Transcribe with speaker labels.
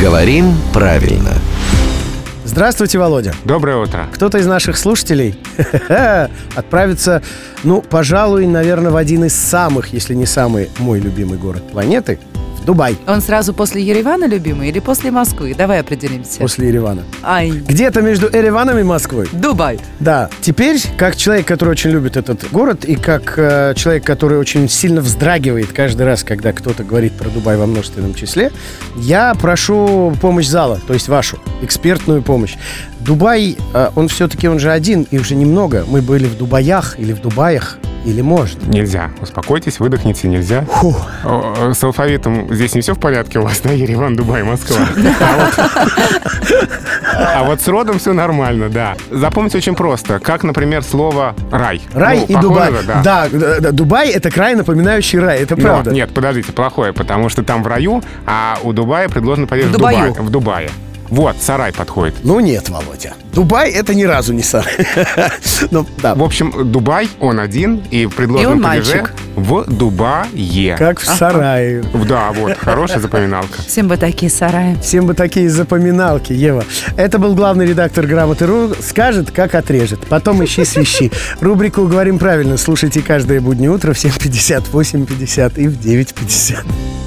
Speaker 1: Говорим правильно.
Speaker 2: Здравствуйте, Володя.
Speaker 3: Доброе утро.
Speaker 2: Кто-то из наших слушателей отправится, ну, пожалуй, наверное, в один из самых, если не самый мой любимый город планеты, в Дубай,
Speaker 4: Он сразу после Еревана, любимый, или после Москвы? Давай определимся.
Speaker 2: после Еревана.
Speaker 4: Ай,
Speaker 2: Где-то между Ереваном и Москвой.
Speaker 4: Дубай.
Speaker 2: Да. Теперь, как человек, который очень любит этот город, и как э, человек, который очень сильно вздрагивает каждый раз, когда кто-то говорит про Дубай во множественном числе, я прошу помощь зала, то есть вашу, экспертную помощь. Дубай, э, он все-таки, он же один, их же немного. Мы были в Дубаях или в Дубаях, или может.
Speaker 3: Нельзя. Успокойтесь, выдохните, нельзя.
Speaker 2: Фух.
Speaker 3: О, э, С алфавитом здесь не все в порядке у вас, да? Ереван, Дубай, Москва. А вот с родом все нормально, да. Запомнить очень просто. Как, например, слово «рай».
Speaker 2: Рай
Speaker 3: Ну,
Speaker 2: и
Speaker 3: похоже
Speaker 2: Дубай.
Speaker 3: же,
Speaker 2: Да. да, да, Дубай это край, напоминающий рай, это
Speaker 3: Но
Speaker 2: правда.
Speaker 3: нет, подождите, плохое, потому что там в раю, а у Дубая предложено поесть
Speaker 4: В
Speaker 3: в Дубае.
Speaker 4: Дубаю.
Speaker 3: В Дубае. Вот, сарай подходит.
Speaker 2: Ну нет, Володя. Дубай это ни разу не сарай. Ну да.
Speaker 3: В общем, Дубай, он один, и в предложенном
Speaker 4: И он
Speaker 3: падеже
Speaker 4: мальчик.
Speaker 3: в Дубае.
Speaker 2: Как в сарае.
Speaker 3: Да, вот, хорошая запоминалка.
Speaker 4: Всем бы такие сараи.
Speaker 2: Всем бы такие запоминалки, Ева. Это был главный редактор «Грамоты.ру». Скажет, как отрежет. Потом ищи свищи. Рубрику «Говорим правильно» слушайте каждое буднее утро в 7.50, 8.50 и в 9.50.